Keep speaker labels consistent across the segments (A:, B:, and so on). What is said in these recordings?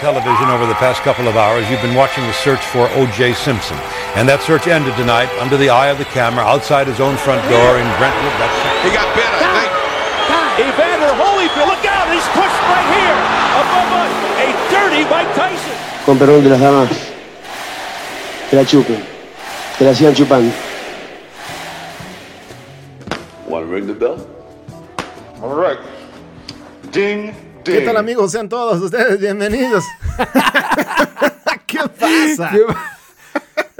A: television over the past couple of hours, you've been watching the search for O.J. Simpson. And that search ended tonight under the eye of the camera outside his own front door in Brentwood. That's
B: He got bit, I think.
C: Evander Holyfield, look out, he's pushed right here above us. A dirty Mike Tyson.
D: Con perdón de las damas. Que la chupen. Que la sigan chupando.
E: Want to ring the bell?
B: All right. Ding, ding.
F: ¿Qué tal amigos? Sean todos ustedes bienvenidos. ¿Qué pasa?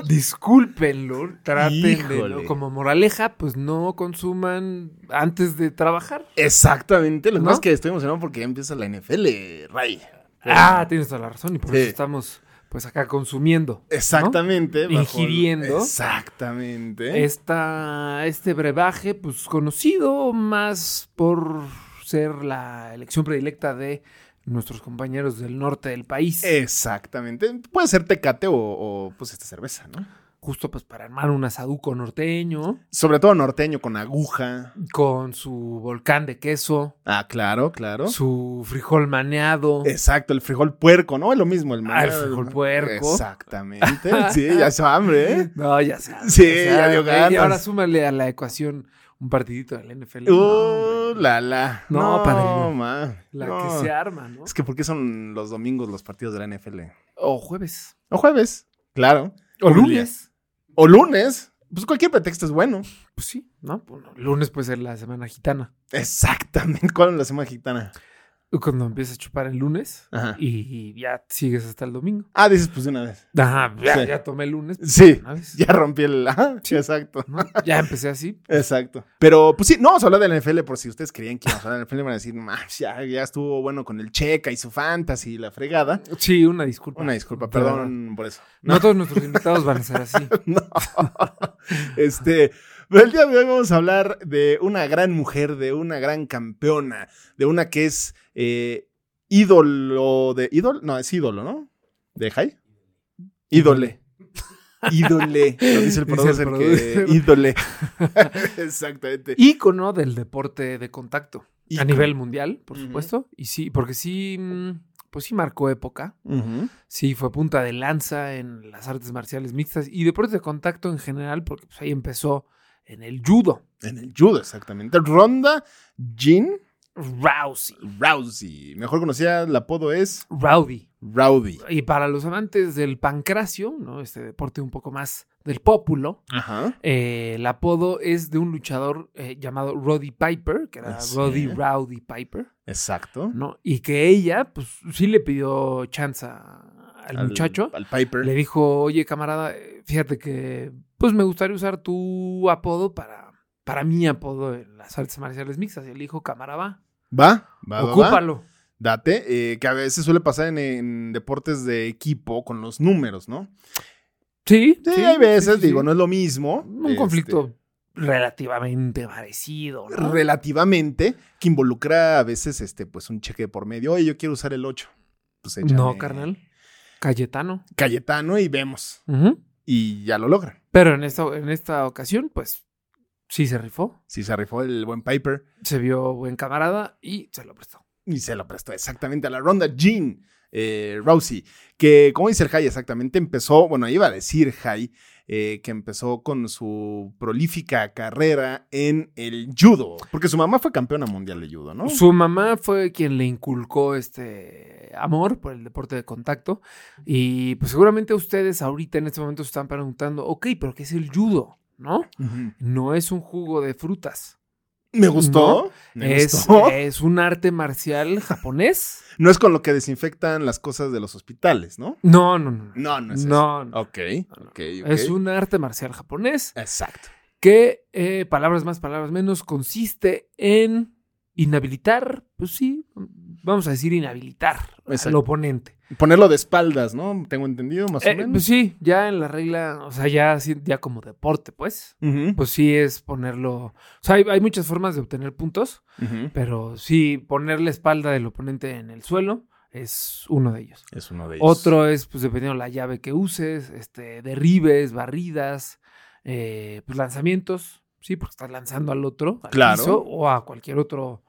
G: Discúlpenlo, traten de.
F: Híjole.
G: ¿no? Como moraleja, pues no consuman antes de trabajar.
F: Exactamente, lo
G: ¿No?
F: más que estoy emocionado porque ya empieza la NFL, Ray.
G: Ah, tienes toda la razón, y por
F: Sí.
G: eso estamos, pues acá consumiendo. ¿no?
F: Exactamente. bajo el-
G: Ingiriendo.
F: Exactamente.
G: Esta, este brebaje, pues conocido más por ser la elección predilecta de nuestros compañeros del norte del país.
F: Eh. Exactamente. Puede ser tecate o, o, pues esta cerveza, ¿no?
G: Justo pues para armar un asaduco norteño
F: Sobre todo norteño con aguja.
G: con su volcán de queso,
F: Ah, claro, claro.
G: su frijol maneado.
F: Exacto, el frijol puerco, ¿no? Es lo mismo, el
G: Ah, el
F: maíz.
G: frijol puerco.
F: Exactamente. Sí, ya hizo hambre, ¿eh?
G: No, ya se
F: Sí, ya dio
G: Y
F: ganas.
G: ahora súmale a la ecuación un partidito del NFL. No,
F: Uh,
G: hombre,
F: la la.
G: No, padrino.
F: ma.
G: la
F: No.
G: que se arma, ¿no?
F: Es que ¿por qué son los domingos los partidos de la NFL?
G: O jueves.
F: O jueves, claro.
G: O
F: Julia.
G: lunes.
F: O lunes. Pues cualquier pretexto es bueno.
G: Pues sí, ¿no? Bueno, lunes puede ser la semana gitana.
F: Exactamente. ¿Cuál es la semana gitana?
G: Cuando empiezas a chupar el lunes
F: Ajá.
G: y, y ya sigues hasta el domingo.
F: Ah, dices pues de una vez.
G: Ajá, ya,
F: Sí.
G: ya tomé el lunes.
F: Sí.
G: ¿sabes?
F: Ya rompí el... Ajá, sí, exacto.
G: ¿No? Ya empecé así.
F: Exacto. Pero, pues sí, no vamos a hablar de la NFL por si ustedes creían que íbamos a hablar de la NFL. Van a decir, "Ma, ya, ya estuvo bueno con el Checa y su fantasy y la fregada.
G: Sí, una disculpa.
F: Una disculpa,
G: De verdad.
F: perdón por eso.
G: No todos nuestros invitados van a ser así.
F: No. Este, pero el día de hoy vamos a hablar de una gran mujer, de una gran campeona, de una que es eh, ídolo de ídolo, no, es ídolo, ¿no? De Jai. Ídole. Ídole, lo dice el
G: Dice el
F: producer que
G: producer.
F: ídole. Exactamente.
G: Ícono del deporte de contacto. A
F: Ícono.
G: nivel mundial, por
F: Ujú.
G: supuesto. Y sí, porque sí, mm, pues sí marcó época.
F: Ujú.
G: Sí, fue punta de lanza en las artes marciales mixtas y deportes de contacto en general, porque pues, ahí empezó en el judo.
F: En el judo, exactamente. Ronda Jean
G: Rousey.
F: Rousey. Mejor conocida, el apodo es
G: Rowdy.
F: Rowdy.
G: Y para los amantes del pancracio, ¿no? este deporte un poco más del pópulo,
F: Ajá.
G: eh, el apodo es de un luchador eh, llamado Roddy Piper, que era
F: Así
G: Roddy
F: es.
G: Rowdy Piper,
F: Exacto.
G: ¿no? Y que ella, pues sí le pidió chance a- al, muchacho.
F: Al Piper.
G: Le dijo, oye, camarada, eh, fíjate que pues me gustaría usar tu apodo para, para mi apodo en las artes marciales mixtas. Y él dijo, camarada,
F: Va, ¿Ah, va,
G: va,
F: va, va.
G: ocúpalo.
F: Date, eh, que a veces suele pasar en, en deportes de equipo con los números, ¿no?
G: Sí,
F: Sí, hay veces,
G: sí, sí,
F: digo,
G: sí.
F: no es lo mismo.
G: Un
F: este,
G: conflicto relativamente parecido. ¿no?
F: relativamente que involucra a veces este, pues un cheque por medio. Oye, yo quiero usar el 8. Pues échame
G: No, carnal. Cayetano.
F: Cayetano y vemos.
G: Ujú.
F: Y ya lo logran.
G: Pero en esta, en esta ocasión, pues sí se rifó.
F: Si se rifó el buen Piper
G: Se vio buen camarada y se lo prestó.
F: y se lo prestó exactamente a la ronda Jean eh, Rousey, que como dice el Jai exactamente, empezó, bueno, iba a decir Jai, eh, que empezó con su prolífica carrera en el judo, porque su mamá fue campeona mundial de judo, ¿no?
G: Su mamá fue quien le inculcó este amor por el deporte de contacto. Y pues seguramente ustedes ahorita en este momento se están preguntando, ok, pero ¿qué es el judo? ¿No?
F: Ujú.
G: No es un jugo de frutas.
F: Me gustó, me
G: Es, eh,
F: gustó.
G: es un arte marcial japonés.
F: No es con lo que desinfectan las cosas de los hospitales, ¿no?
G: No, no, no.
F: No, no es eso.
G: No, no.
F: Ok, ok, ok.
G: Es un arte marcial japonés
F: Exacto.
G: que, eh, palabras más, palabras menos, consiste en inhabilitar, pues sí, vamos a decir inhabilitar al
F: Exacto.
G: oponente.
F: Ponerlo de espaldas, ¿no? Tengo entendido, más
G: Eh,
F: o menos.
G: pues sí, ya en la regla, o sea, ya, así- ya como deporte, pues.
F: Ujú,
G: Pues sí es ponerlo. O sea, hay, hay muchas formas de obtener puntos,
F: ujú.
G: pero sí poner la espalda del oponente en el suelo es uno de ellos.
F: Es uno de ellos.
G: Otro es, pues dependiendo la llave que uses, este, derribes, barridas, eh, pues lanzamientos, sí, porque estás lanzando al otro, al
F: Claro.
G: piso, o a cualquier otro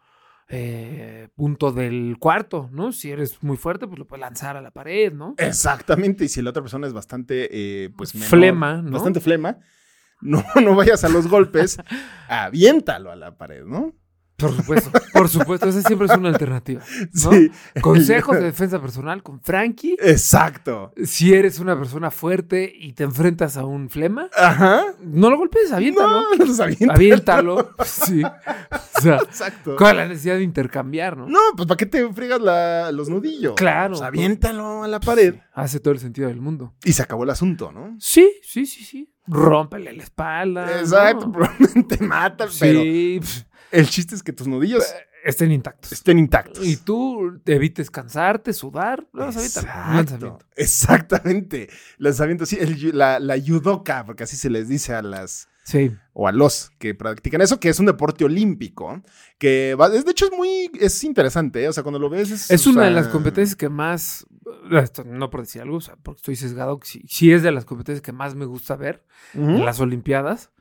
G: eh, punto del cuarto, ¿no? Si eres muy fuerte, pues lo puedes lanzar a la pared, ¿no?
F: Exactamente, y si la otra persona es bastante, eh, pues, menor,
G: Flema, ¿no?
F: bastante flema, no, no vayas a los golpes, aviéntalo a la pared, ¿no?
G: Por supuesto, por supuesto, esa siempre es una alternativa. ¿no?
F: Sí.
G: Consejos de defensa personal con Frankie.
F: Exacto.
G: Si eres una persona fuerte y te enfrentas a un flema,
F: Ajá.
G: no lo golpes, aviéntalo.
F: No, pues, los avienta.
G: aviéntalo. Sí. O sea,
F: Exacto.
G: ¿cuál es la necesidad de intercambiar, no?
F: No, pues ¿para qué te friegas la- los nudillos?
G: Claro.
F: Pues, aviéntalo a la pared.
G: Hace todo el sentido del mundo.
F: Y se acabó el asunto, ¿no?
G: Sí, sí, sí, sí. Rómpele la espalda. Ah, ¿no?
F: Exacto, probablemente mata, pero
G: Sí, pf,
F: el chiste es que tus nudillos
G: estén intactos.
F: estén intactos.
G: Y tú evites cansarte, sudar. No,
F: Exacto, exactamente. Lanzamiento, sí, el yu- la, la judoka, porque así se les dice a las
G: Sí.
F: o a los que practican eso, que es un deporte olímpico, que va- es- de hecho es muy, es interesante, ¿eh? o sea, cuando lo ves es...
G: Es
F: o
G: una de
F: sea,
G: las competencias que más, eh, esto, no por decir algo, o sea, porque estoy sesgado, que sí, sí es de las competencias que más me gusta ver
F: Ujú.
G: en las Olimpiadas,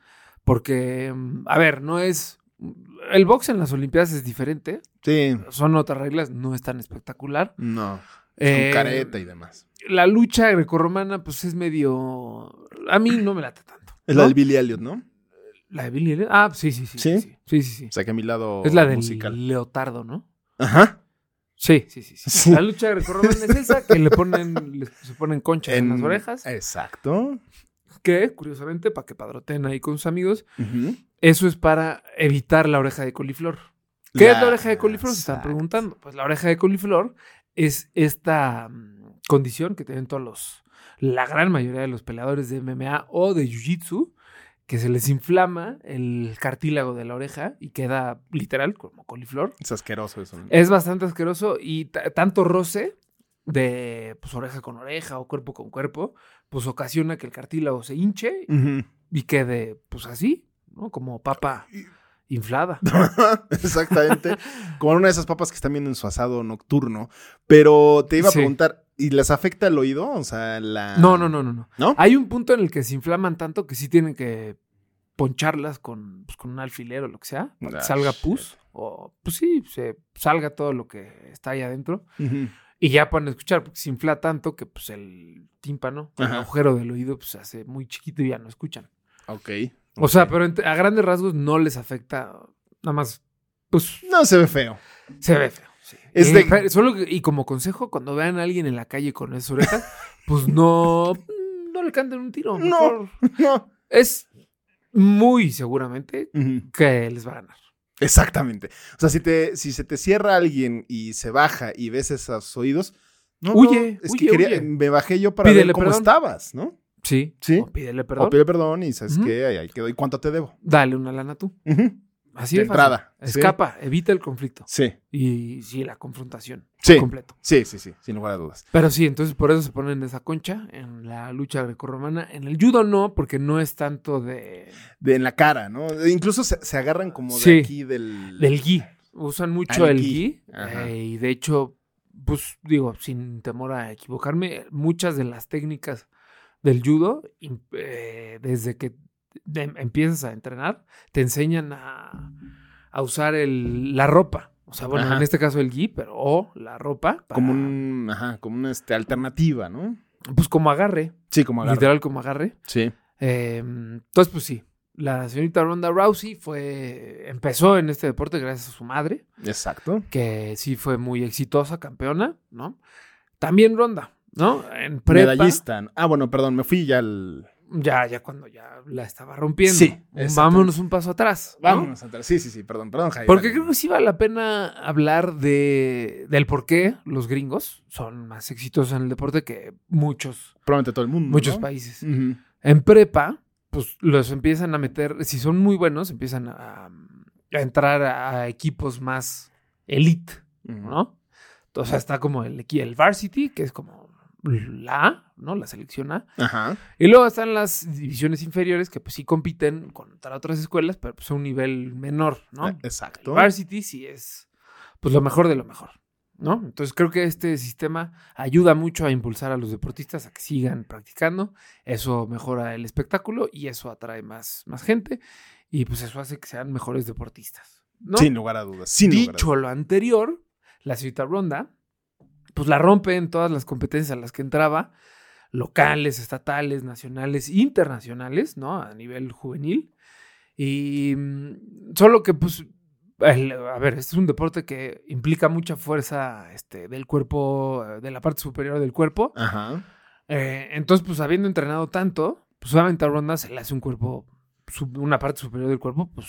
G: porque, mm, a ver, no es, el box en las Olimpiadas es diferente,
F: Sí,
G: son otras reglas, no es tan espectacular.
F: no,
G: Eh,
F: con careta y demás.
G: La lucha grecorromana, pues es medio, a mí no me late tanto.
F: Es
G: ¿no?
F: la del Billy Elliot, ¿no?
G: La de Billie Eilish. Ah, sí, sí, sí.
F: ¿Sí?
G: Sí, sí, sí. sí.
F: O sea, que a mi lado
G: es la del
F: musical.
G: leotardo, ¿no?
F: Ajá.
G: Sí, sí, sí, sí.
F: Sí.
G: La lucha grecorromana es esa que le ponen, le- se ponen conchas en, las
F: En-
G: orejas.
F: Exacto.
G: que, curiosamente, para que padroten ahí con sus amigos,
F: Ujú.
G: eso es para evitar la oreja de coliflor. ¿Qué es la oreja de coliflor? Se están
F: Exacto.
G: preguntando. Pues la oreja de coliflor es esta mm, condición que tienen todos los, la gran mayoría de los peleadores de MMA o de Jiu-Jitsu, que se les inflama el cartílago de la oreja y queda literal como coliflor.
F: Es asqueroso eso. ¿no?
G: Es bastante asqueroso y ta- tanto roce de pues, oreja con oreja o cuerpo con cuerpo, pues ocasiona que el cartílago se hinche
F: Ujú.
G: y quede pues así, ¿no? Como papa inflada.
F: Exactamente. Como una de esas papas que están viendo en su asado nocturno. Pero te iba a
G: Sí.
F: preguntar, ¿y les afecta el oído? O sea, la.
G: No, no, no, no, no.
F: Ah. ¿No?
G: Hay un punto en el que se inflaman tanto que sí tienen que poncharlas con, pues, con un alfiler o lo que sea, para que
F: Ah,
G: salga
F: shit.
G: pus o pues sí, se salga todo lo que está ahí adentro
F: Ujú.
G: y ya pueden escuchar porque se infla tanto que pues el tímpano, el
F: Ajá.
G: agujero del oído pues se hace muy chiquito y ya no escuchan.
F: Ok.
G: O sea, pero ent- a grandes rasgos no les afecta, nada más pues
F: No se ve feo.
G: Se ve feo. sí.
F: Es
G: y,
F: de-
G: fe- solo, que- y como consejo, cuando vean a alguien en la calle con esas orejas, pues no, mm, no le canten un tiro.
F: No.
G: mejor.
F: No.
G: Es muy seguramente
F: Ujú.
G: que les va a ganar.
F: Exactamente. O sea, si, te, si se te cierra alguien y se baja y ves esos oídos. No,
G: Huye,
F: no, es
G: huye,
F: que quería,
G: huye.
F: me bajé yo para
G: Pídele
F: ver cómo
G: perdón.
F: estabas, ¿no?
G: Sí.
F: Sí.
G: O pídele
F: Perdón.
G: perdón.
F: O pide perdón y sabes
G: Ujú.
F: qué, ahí, ahí quedó. ¿Y cuánto te debo?
G: Dale una lana tú.
F: Ujú.
G: Así
F: De
G: de fácil.
F: entrada, sí.
G: Escapa, evita el conflicto.
F: Sí.
G: Y sí, la confrontación.
F: Sí.
G: Completo.
F: Sí, sí, sí, sin lugar a dudas.
G: Pero sí, entonces por eso se ponen esa concha en la lucha grecorromana. En el judo no, porque no es tanto de,
F: De, en la cara, ¿no? E Incluso se, se agarran como de
G: Sí.
F: aquí del...
G: Del gui. Usan mucho
F: Ah, el
G: el
F: gui.
G: gui.
F: Ajá.
G: eh, y de hecho, pues digo, sin temor a equivocarme, muchas de las técnicas del judo, im- eh, desde que de- empiezas a entrenar, te enseñan a, a usar el- la ropa. O sea, bueno,
F: Ajá.
G: en este caso el gui, pero o la ropa. para-
F: Como un... Ajá, como una este, alternativa, ¿no?
G: Pues como agarre.
F: Sí, como agarran.
G: Literal como agarre.
F: Sí.
G: Eh, entonces, pues sí. La señorita Ronda Rousey fue, empezó en este deporte gracias a su madre.
F: Exacto.
G: que sí fue muy exitosa, campeona, ¿no? También Ronda, ¿no? En prepa,
F: Medallista. Ah, bueno, perdón, me fui ya al...
G: Ya, ya cuando ya la estaba rompiendo.
F: Sí, exactamente.
G: Vámonos un paso atrás. ¿no?
F: Vámonos atrás. Sí, sí, sí, perdón, perdón, Jaime.
G: Porque creo que sí vale la pena hablar de, del por qué los gringos son más exitosos en el deporte que muchos,
F: Probablemente todo el mundo,
G: muchos
F: ¿no?
G: países.
F: Ujú.
G: En prepa, pues los empiezan a meter, si son muy buenos, empiezan a, a entrar a equipos más elite,
F: Ujú.
G: ¿no? O sea, está como el, equi- el varsity, que es como la A, ¿no? La selección A.
F: Ajá.
G: Y luego están las divisiones inferiores, que pues sí compiten contra otras escuelas, pero pues a un nivel menor, ¿no?
F: Eh, Exacto.
G: El varsity sí es, pues lo mejor de lo mejor, ¿no? Entonces creo que este sistema ayuda mucho a impulsar a los deportistas a que sigan practicando. Eso mejora el espectáculo y eso atrae más, más gente. Y pues eso hace que sean mejores deportistas. ¿no?
F: Sin lugar a dudas. Sin lugar a
G: Dicho lo anterior, la cita ronda, pues la rompe en todas las competencias a las que entraba, locales, estatales, nacionales, internacionales, ¿no? A nivel juvenil. Y mm, solo que, pues, el- a ver, este es un deporte que implica mucha fuerza este, del cuerpo, eh, de la parte superior del cuerpo.
F: dudas. Ajá.
G: Eh, entonces, pues habiendo entrenado tanto, pues solamente a ronda se le hace un cuerpo, sub- una parte superior del cuerpo, pues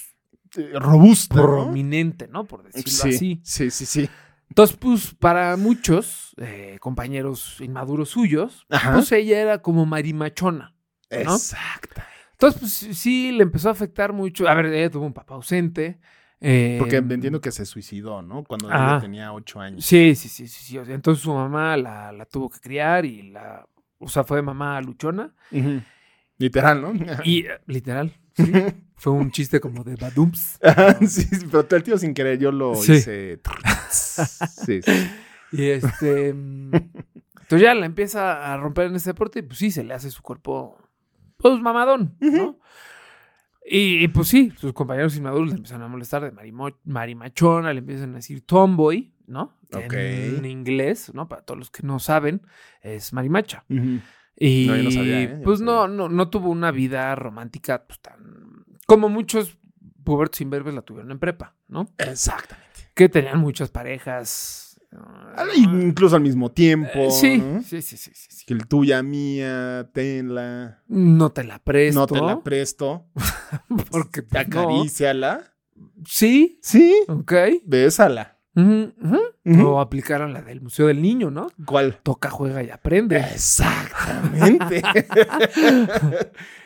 F: Eh, Robusta. ¿no?
G: prominente, ¿no? Por decirlo así.
F: Sí, sí, sí, sí.
G: Entonces, pues para muchos eh, compañeros inmaduros suyos,
F: Ajá.
G: pues ella era como marimachona. ¿no?
F: Exacta.
G: Entonces, pues sí- sí le empezó a afectar mucho. A ver, ella tuvo un papá ausente. eh,
F: Porque entiendo que se suicidó, ¿no? Cuando
G: Ah.
F: ella tenía ocho años.
G: Sí, sí, sí, sí, sí. O sea, entonces su mamá la, la tuvo que criar y la. O sea, fue mamá luchona.
F: Ujú. Literal, ¿no?
G: Y eh, literal, sí. fue un chiste como de Badumps.
F: Ajá, sí, sí, pero todo el tío sin querer yo lo
G: Sí.
F: hice. Sí, sí.
G: Y este. mm, Entonces ya la empieza a romper en ese deporte y pues sí, se le hace su cuerpo. Pues mamadón, ¿no? Y, y, pues sí, sus compañeros inmaduros le empiezan a molestar de marimo- marimachona, le empiezan a decir tomboy, ¿no? Que En
F: Ok.
G: inglés, ¿no? Para todos los que no saben, es marimacha.
F: Ujú.
G: Y
F: No, yo no sabía, ¿eh? Yo no
G: pues no,
F: sabía.
G: no, no tuvo una vida romántica pues, tan. Como muchos pubertos imberbes la tuvieron en prepa, ¿no?
F: Exactamente.
G: que tenían muchas parejas.
F: Ah, Incluso al mismo tiempo.
G: Eh, sí,
F: ¿no?
G: sí, sí, sí, sí, sí.
F: Que el tuya, mía, tenla.
G: No te la presto.
F: No te la presto.
G: porque
F: Te
G: pues, no.
F: acaríciala.
G: Sí,
F: Sí.
G: ok.
F: Bésala.
G: Ujú, ujú.
F: Ujú.
G: O aplicaron la del Museo del Niño, ¿no?
F: ¿Cuál?
G: Toca, juega y aprende.
F: Eh. Exactamente.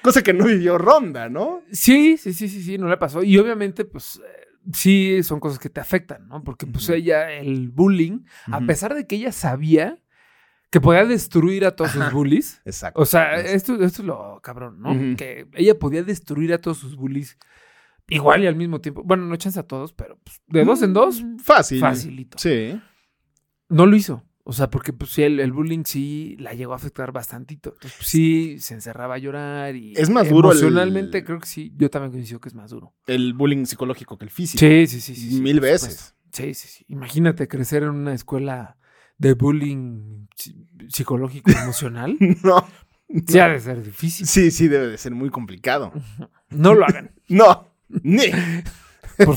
F: Cosa que no vivió Ronda, ¿no?
G: Sí, sí, sí, sí, sí, no le pasó. Y obviamente, pues, eh, sí, son cosas que te afectan, ¿no? Porque pues
F: Ujú.
G: ella, el bullying, a
F: Ujú.
G: pesar de que ella sabía que podía destruir a todos sus
F: Ajá.
G: bullies,
F: Exacto.
G: O sea, esto, esto es lo cabrón, ¿no?
F: Ujú.
G: Que ella podía destruir a todos sus bullies igual y al mismo tiempo. Bueno, no chance a todos, pero pues, de dos en dos,
F: Mm. Fácil.
G: facilito.
F: Sí.
G: No lo hizo. O sea, porque pues sí, el, el bullying sí la llegó a afectar bastantito. Entonces, pues, sí, se encerraba a llorar y...
F: Es más duro el-
G: Emocionalmente creo que sí. Yo también coincido que es más duro.
F: El bullying psicológico que el físico.
G: Sí, sí, sí. sí, sí,
F: Mil
G: por
F: veces.
G: supuesto. Sí, sí, sí. Imagínate crecer en una escuela de bullying psi- psicológico emocional.
F: No.
G: sí, ha de ser difícil.
F: Sí, sí, debe de ser muy complicado.
G: No lo hagan,
F: No. Ni.
G: por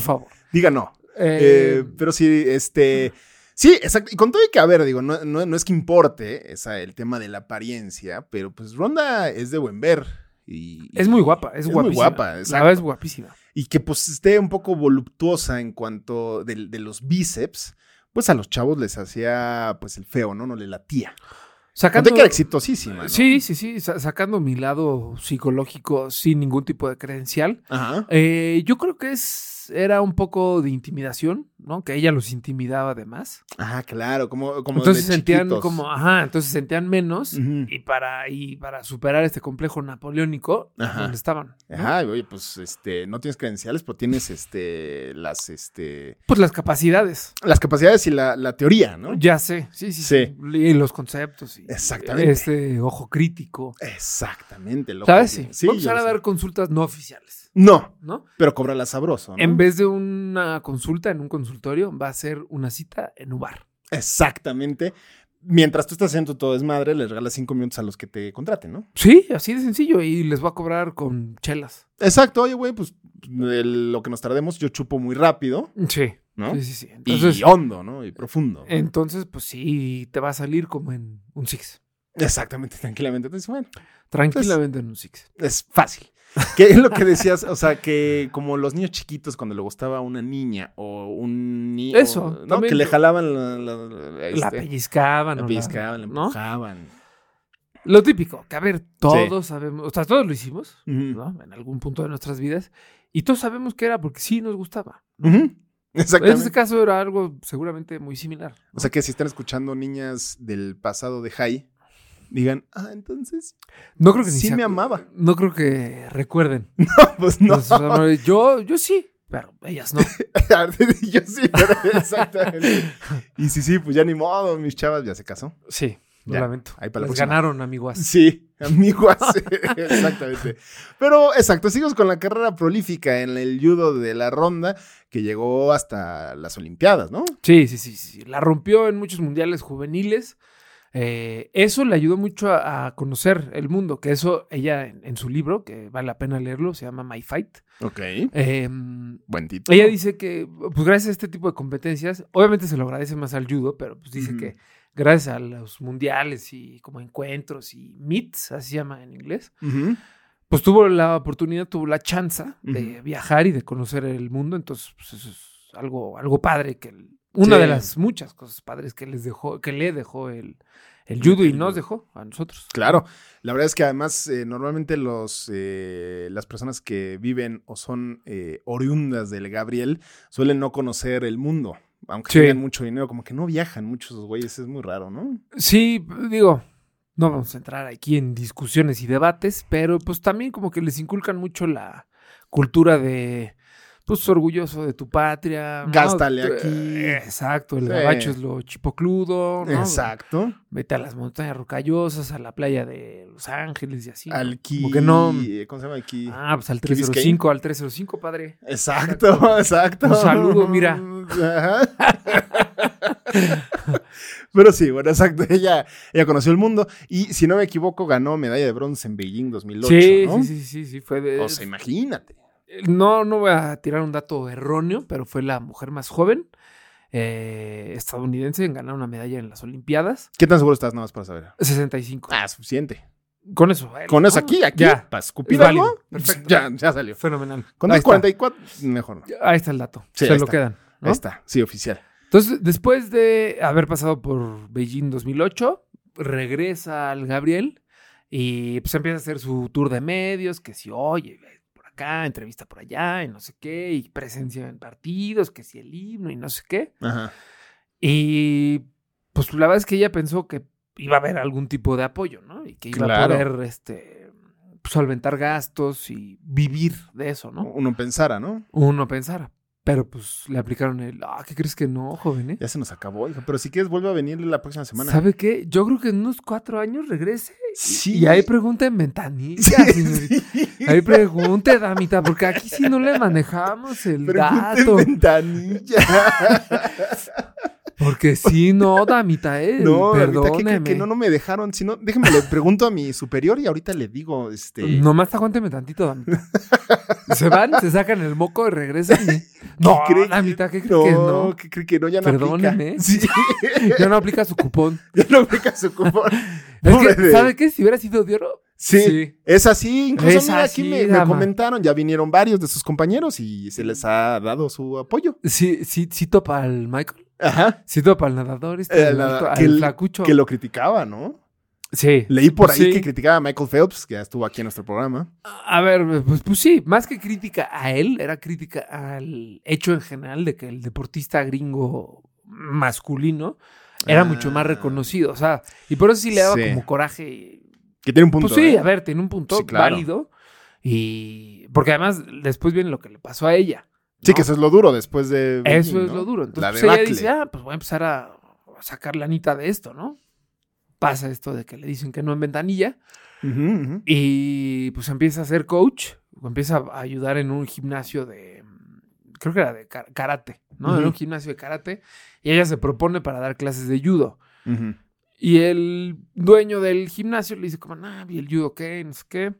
G: favor.
F: Diga no.
G: Eh,
F: Eh, pero sí, este. Sí, exacto. Y con todo y que, a ver, digo, no, no- no es que importe esa, el tema de la apariencia, pero pues Ronda es de buen ver. Y,
G: es muy guapa, es,
F: es muy
G: guapísima.
F: guapa,
G: la
F: exacto.
G: verdad es guapísima.
F: Y que pues esté un poco voluptuosa en cuanto de, de los bíceps, pues a los chavos les hacía pues el feo, ¿no? No le latía. Con
G: Sacando,
F: todo y que era exitosísima, ¿no?
G: sí, sí, sí, sa- sacando mi lado psicológico sin ningún tipo de credencial.
F: Ajá.
G: eh, yo creo que es, era un poco de intimidación, ¿no? Que ella los intimidaba además.
F: Ah, claro, como, como
G: entonces
F: desde
G: sentían
F: chiquitos.
G: como, ajá, entonces sentían menos.
F: Ujú.
G: Y para, y para superar este complejo napoleónico,
F: Ajá.
G: donde estaban. ¿no?
F: Ajá, y oye, pues este, no tienes credenciales, pero tienes este, las, este,
G: Pues las capacidades.
F: las capacidades y la, la teoría, ¿no?
G: Ya sé, sí, sí, sí.
F: Ah. Sí.
G: Y los conceptos. Y
F: Exactamente.
G: Este ojo crítico.
F: Exactamente, loco.
G: ¿Sabes? Sí.
F: Bien.
G: Voy a empezar
F: yo
G: a
F: lo sé.
G: dar consultas no oficiales,
F: No,
G: ¿no?
F: pero cóbrala sabroso, ¿no?
G: En vez de una consulta en un consultorio, va a ser una cita en un bar.
F: Exactamente. Mientras tú estás haciendo todo desmadre, le regalas cinco minutos a los que te contraten, ¿no?
G: Sí, así de sencillo. Y les va a cobrar con chelas.
F: Exacto, oye, güey, pues el- lo que nos tardemos, yo chupo muy rápido,
G: Sí.
F: ¿no?
G: Sí, sí, sí. Entonces,
F: y hondo, ¿no? Y profundo.
G: entonces, pues sí, te va a salir como en un six.
F: Exactamente, tranquilamente. Entonces, bueno,
G: Tranquilamente en un six.
F: es fácil. Que es lo que decías, o sea, que como los niños chiquitos cuando le gustaba una niña o un niño.
G: Eso,
F: ¿no?
G: también.
F: Que le jalaban la. la, la-
G: La
F: este,
G: pellizcaban.
F: la
G: o
F: pellizcaban, la
G: ¿no?
F: empujaban.
G: Lo típico, que a ver, todos sabemos, o sea, todos lo hicimos,
F: Ujú.
G: ¿no? En algún punto de nuestras vidas. Y todos sabemos que era porque sí nos gustaba.
F: Ujú,
G: En
F: Exactamente.
G: este caso era algo seguramente muy similar.
F: O sea que si están escuchando niñas del pasado de Jai, digan, ah, entonces
G: No creo que ni
F: sí
G: se
F: me
G: acu-
F: amaba.
G: No creo que recuerden.
F: pues no.
G: Entonces, o sea, yo, yo sí, pero ellas no.
F: Yo sí, pero exactamente. Y sí, sí, pues ya ni modo, mis chavas, ya se casó.
G: Sí, lo
F: Ya,
G: lamento.
F: ahí para la
G: Les
F: próxima.
G: ganaron, amiguas.
F: Sí, Amiguas. Exactamente. Pero exacto, seguimos con la carrera prolífica en el judo de la ronda que llegó hasta las Olimpiadas, ¿no?
G: Sí, sí, sí, sí. La rompió en muchos mundiales juveniles. Eh, eso le ayudó mucho a, a conocer el mundo, que eso ella en, en su libro, que vale la pena leerlo, se llama My Fight.
F: Ok.
G: eh,
F: Buen título.
G: ella dice que, pues gracias a este tipo de competencias, obviamente se lo agradece más al judo, pero pues dice
F: Ujú.
G: que gracias a los mundiales y como encuentros y meets, así se llama en inglés,
F: Ujú.
G: pues tuvo la oportunidad, tuvo la chance de viajar y de conocer el mundo. Entonces, pues eso es algo, algo padre que el- una
F: Sí.
G: de las muchas cosas padres que les dejó, que le dejó el, el judo y nos dejó a nosotros.
F: Claro, la verdad es que además eh, normalmente los, eh, las personas que viven o son eh, oriundas del Gabriel suelen no conocer el mundo, aunque
G: Sí.
F: tengan mucho dinero, como que no viajan muchos esos güeyes, es muy raro, ¿no?
G: Sí, digo, no vamos a entrar aquí en discusiones y debates, pero pues también como que les inculcan mucho la cultura de pues orgulloso de tu patria. ¿no?
F: Gástale
G: Eh,
F: aquí.
G: Exacto, el
F: Sí.
G: gabacho es lo chipocludo. ¿no?
F: Exacto.
G: Vete a las montañas rocallosas, a la playa de Los Ángeles y así. ¿no?
F: Alquí,
G: Como que no.
F: ¿Cómo se llama aquí?
G: Ah, pues al
F: ¿Qué dices que hay?
G: 305, al 305, padre.
F: Exacto, exacto.
G: Un saludo, mira.
F: Ajá. Pero sí, bueno, exacto. Ella, ella conoció el mundo y, si no me equivoco, ganó medalla de bronce en Beijing 2008.
G: sí,
F: ¿no?
G: sí, sí, sí, sí, fue de...
F: O sea, imagínate.
G: No, no voy a tirar un dato erróneo, pero fue la mujer más joven eh, estadounidense en ganar una medalla en las Olimpiadas.
F: ¿Qué tan seguro estás nada más para saber?
G: 65.
F: Ah, suficiente.
G: Con eso. bueno,
F: Con eso
G: ¿no?
F: aquí, aquí.
G: Ya.
F: Para escupir
G: Es
F: algo.
G: válido. Perfecto.
F: Ya, ya salió.
G: Fenomenal.
F: Con
G: Ahí está.
F: 2.44, mejor no.
G: Ahí está el dato.
F: Sí,
G: Se
F: ahí
G: lo
F: está.
G: quedan. ¿no?
F: Ahí está, sí, oficial.
G: Entonces, después de haber pasado por Beijing 2008, regresa al Gabriel y pues empieza a hacer su tour de medios, que si oye, ve por acá, entrevista por allá, y no sé qué, y presencia en partidos, que si el himno y no sé qué.
F: Ajá.
G: Y pues la verdad es que ella pensó que iba a haber algún tipo de apoyo, ¿no? Y que iba
F: Claro.
G: a poder este, solventar gastos y vivir de eso, ¿no?
F: Uno pensara, ¿no?
G: Uno pensara. Pero pues le aplicaron el, ah, ¿qué crees que no, joven? eh?"
F: Ya se nos acabó, hija. Pero si quieres, vuelve a venir la próxima semana.
G: ¿Sabe qué? Yo creo que en unos cuatro años regrese. y-
F: Sí.
G: Y ahí pregunta en ventanilla, señorita.
F: Sí.
G: Ahí pregunte, damita, porque aquí si no le manejamos el
F: Pregunta en
G: dato.
F: ventanilla.
G: Porque si no, damita, eh,
F: No, ahorita que- que,
G: perdóneme.
F: que no, no me dejaron. Si no, déjame, le pregunto a mi superior y ahorita le digo, este.
G: Nomás aguánteme tantito, damita. Se van, se sacan el moco y regresan. y- No,
F: cree que-
G: damita, ¿qué cree
F: No,
G: que no?
F: que cree que no, ya no
G: Perdóneme.
F: aplica. Sí,
G: Ya no aplica su cupón.
F: ya no aplica su cupón.
G: Es
F: Pobre
G: que,
F: de-
G: ¿sabe qué? Si hubiera sido de oro,
F: Sí,
G: Sí.
F: es así. Incluso
G: Es
F: mira,
G: así,
F: aquí me, me
G: dama.
F: comentaron, ya vinieron varios de sus compañeros y se les ha dado su apoyo.
G: sí, sí, sí topa al Michael.
F: Ajá.
G: Sí topa al nadador, este,
F: Eh,
G: al
F: la-
G: alto-
F: que
G: al
F: el-
G: flacucho.
F: Que lo criticaba, ¿no?
G: Sí.
F: Leí por ahí
G: Pues Sí.
F: que criticaba a Michael Phelps, que ya estuvo aquí en nuestro programa.
G: A ver, pues, pues sí, más que crítica a él, era crítica al hecho en general de que el deportista gringo masculino era
F: Ah.
G: mucho más reconocido, o sea, y por eso sí le daba
F: Sí.
G: como coraje. y-
F: Que tiene un punto.
G: pues sí,
F: ¿eh?
G: a ver, tiene un punto
F: Sí, claro.
G: válido y porque además después viene lo que le pasó a ella.
F: Sí,
G: ¿no?
F: que eso es lo duro después de.
G: Eso
F: Beijing,
G: es
F: ¿no?
G: lo duro. Entonces
F: La
G: pues, ella
F: debacle.
G: dice, ah, pues voy a empezar a a sacar la lanita de esto, ¿no? Pasa esto de que le dicen que no en ventanilla.
F: Ujú, ujú.
G: Y pues empieza a ser coach, empieza a ayudar en un gimnasio de, mm, creo que era de ka- karate, ¿no? Era un
F: Ujú.
G: gimnasio de karate. Y ella se propone para dar clases de judo.
F: Ujú.
G: Y el dueño del gimnasio le dice como, nah, ¿y el judo qué? No sé qué.